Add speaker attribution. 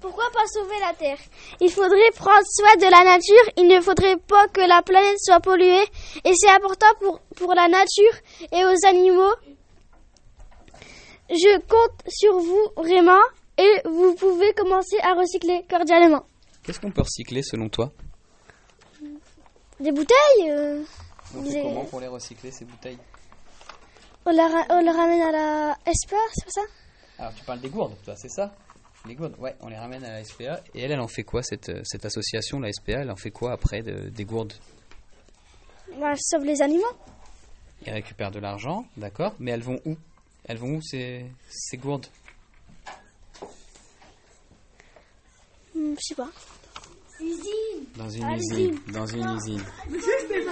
Speaker 1: Pourquoi pas sauver la Terre Il faudrait prendre soin de la nature, il ne faudrait pas que la planète soit polluée, et c'est important pour, pour la nature et aux animaux. Je compte sur vous vraiment, et vous pouvez commencer à recycler cordialement.
Speaker 2: Qu'est-ce qu'on peut recycler selon toi
Speaker 1: Des bouteilles euh,
Speaker 2: On
Speaker 1: Des-
Speaker 2: fait comment pour les recycler ces bouteilles
Speaker 1: on, la ra- on la ramène à la SPA, c'est pour ça
Speaker 2: Alors tu parles des gourdes, toi, c'est ça Les gourdes, ouais, on les ramène à la SPA. Et elle, elle en fait quoi cette, euh, cette association, la SPA Elle en fait quoi après de- des gourdes
Speaker 1: Bah, je sauve les animaux.
Speaker 2: Ils récupèrent de l'argent, d'accord, mais elles vont où Elles vont où ces, ces gourdes
Speaker 1: Hmm, je sais pas.
Speaker 2: Dans une usine. Dans une usine.